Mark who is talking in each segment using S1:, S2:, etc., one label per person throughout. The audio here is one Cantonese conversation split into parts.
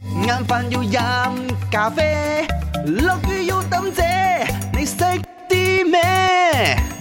S1: 晏飯要飲咖啡，落雨要抌遮，你識啲咩？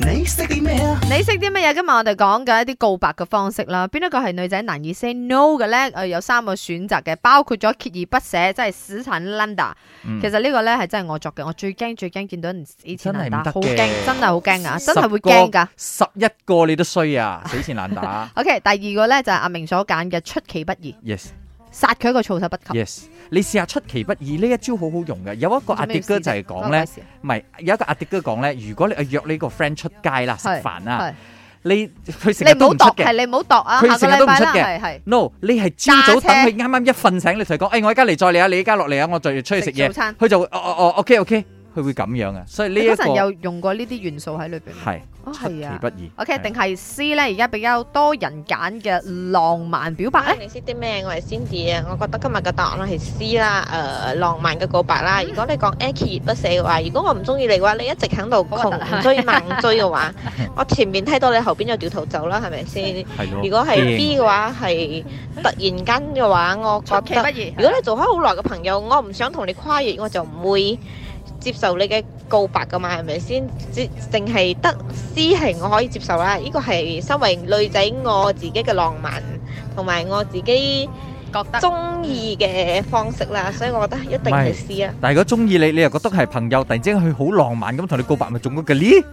S1: 你識啲咩啊？
S2: 你識啲乜嘢？今日我哋講嘅一啲告白嘅方式啦，邊一個係女仔難以 say no 嘅咧？誒、有三個選擇嘅，包括咗鍥而不捨，即係死纏爛打。其實呢個咧係真係我作嘅，我最驚最驚見到人死纏爛打，
S3: 嗯真係
S2: 好
S3: 唔得
S2: 驚，
S3: 嘅
S2: 真係好驚啊！真係會
S3: 十個
S2: 驚㗎。
S3: 十一個你都 衰啊，死纏爛打
S2: OK，第二個咧就係、阿明所揀嘅出其不意，
S3: ，yes。
S2: 殺佢一個措手不及。
S3: Yes，你試下出其不意呢一招好好用嘅。有一個阿迪哥就係講咧，唔係有一個阿迪哥講咧，如果你約呢個 friend 出街啦，食
S2: 係
S3: 飯
S2: 係
S3: 啦，你佢成
S2: 你
S3: 日
S2: 唔
S3: 都
S2: 好
S3: 唔出
S2: 度，係
S3: 嘅。
S2: 你唔好度啊！
S3: 佢
S2: 下個
S3: 成日
S2: 禮
S3: 都唔
S2: 拜
S3: 出
S2: 啦，
S3: 嘅
S2: 係係
S3: No，你係朝早
S2: 揸車
S3: 等佢啱啱一瞓醒，你同佢講，誒，我而家嚟載你啊，你而家落嚟啊，我就要出去食
S2: 早
S3: 嘢。
S2: 餐。
S3: 佢就會哦哦哦，OK OK，佢會咁樣啊。所以呢
S2: 你
S3: 一
S2: 嗰
S3: 個
S2: 陣有用過呢啲元素喺裏邊。
S3: 係
S2: 哦，
S3: 出
S2: 係
S3: 其
S2: 啊。
S3: 不意。
S2: OK，
S3: 係
S2: 定係 C 咧？而家比較多人揀嘅浪漫表白咧，
S4: 啊你識啲咩？我係 Cindy 啊，我覺得今日嘅答案係 C 啦，誒、浪漫嘅告白啦。
S2: 嗯
S4: 如果你講 A 鍥而不捨嘅話，如果我唔中意你嘅話，你一直喺度
S2: 好核突啊
S4: 窮追猛追 嘅話，我前面睇到你後邊就掉頭走啦，係咪先？
S3: 係咯
S4: 如果係
S3: 驚
S4: B 嘅話，係突然間嘅話，我
S2: 出啊
S4: 覺
S2: 其
S4: 得
S2: 不。意。
S4: 如果你做開好耐嘅朋友，我唔想同你跨越，我就唔會接受你嘅告白噶嘛，係咪先？只淨係得 C 係我可以接受啦，呢個係身為女仔我自己嘅浪漫同埋我自己
S2: 覺得
S4: 中意嘅方式啦，所以我覺得一定
S3: 咪
S4: 係 C 啊。
S3: 但係如果中意你，你又覺得係朋友，突然之間佢好浪漫咁同你告白，咪中咗嘅呢？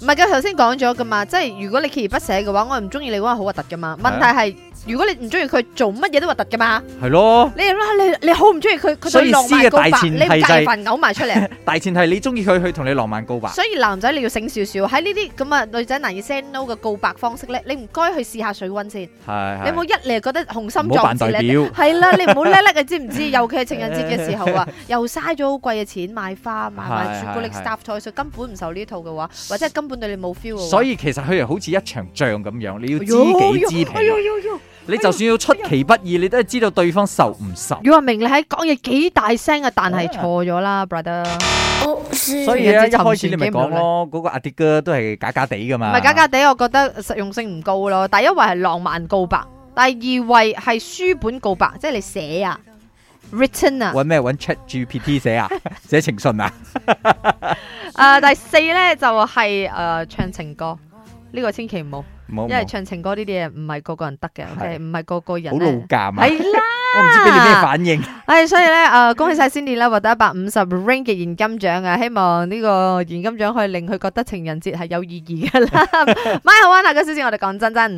S2: 唔係嘅，頭先講咗噶嘛，即係如果你鍥而不捨嘅話，我唔中意你嘅話好核突噶嘛。
S3: 係
S2: 問
S3: 啊
S2: 題係如果你唔中意佢做乜嘢都核突噶嘛。
S3: 係咯。
S2: 你啦，你你好唔中意佢，佢
S3: 所
S2: 對
S3: 以
S2: 浪
S3: C
S2: 漫
S3: 嘅
S2: 告白，
S3: 大前
S2: 你
S3: 提
S2: 唔介
S3: 就係
S2: 意份嘔埋出嚟。
S3: 大前提你中意佢，佢同你浪漫告 白。
S2: 所以男仔你要醒少少喺呢啲咁啊女仔難以 say no 嘅告白方式咧，你唔該去試下水温先。
S3: 係
S2: 你
S3: 係
S2: 唔好一嚟覺得雄心
S3: 唔好
S2: 壯
S3: 扮
S2: 志
S3: 代
S2: 咧，
S3: 表。
S2: 係啦，你 唔好叻叻嘅，知唔知？尤其係情人節嘅時候啊，又嘥咗好貴嘅錢買花、買買
S3: 係
S2: 朱古力、
S3: 係係
S2: staff 菜，所以根本唔受呢套嘅話，或者係根本對你冇 feel 嘅話。
S3: 所以其實佢係好似一場仗咁樣，你要
S2: 哎呦
S3: 知己知
S2: 哎呦哎
S3: 彼。
S2: 呦哎呦
S3: 你就算要出其不意，你都係知道對方受唔受。
S2: 如果明你喺講嘢幾大聲啊，但係錯咗啦，brother。
S3: 所以咧，
S2: 情人
S3: 一
S2: 節
S3: 開始你咪講
S2: 沉船 game
S3: 咯，啊嗰個阿迪哥都係假假地噶
S2: 唔
S3: 嘛。
S2: 係假假地，我覺得實用性唔高咯。第一位係浪漫告白，第二位係書本告白，即係你寫啊，written 啊。
S3: 揾咩揾 Chat GPT 寫啊， 寫情信啊。
S2: 誒，呃第四咧就係誒唱情歌，呢個千祈唔好。
S3: 唔好唔
S2: 因為
S3: 好
S2: 唱情歌呢啲嘢唔係個個人得嘅，OK，
S3: 係
S2: 唔係個個人
S3: 好老
S2: 咧。
S3: 尷啊！
S2: 係啦，
S3: 我唔知俾你咩反應。
S2: 唉，所以咧，誒，恭喜晒 Cindy 啦，獲得一百五十 ring 嘅現金獎啊！希望呢個現金獎可以令佢覺得情人節係有意義噶啦。My 好玩啊，嗰小姐，我哋講真真。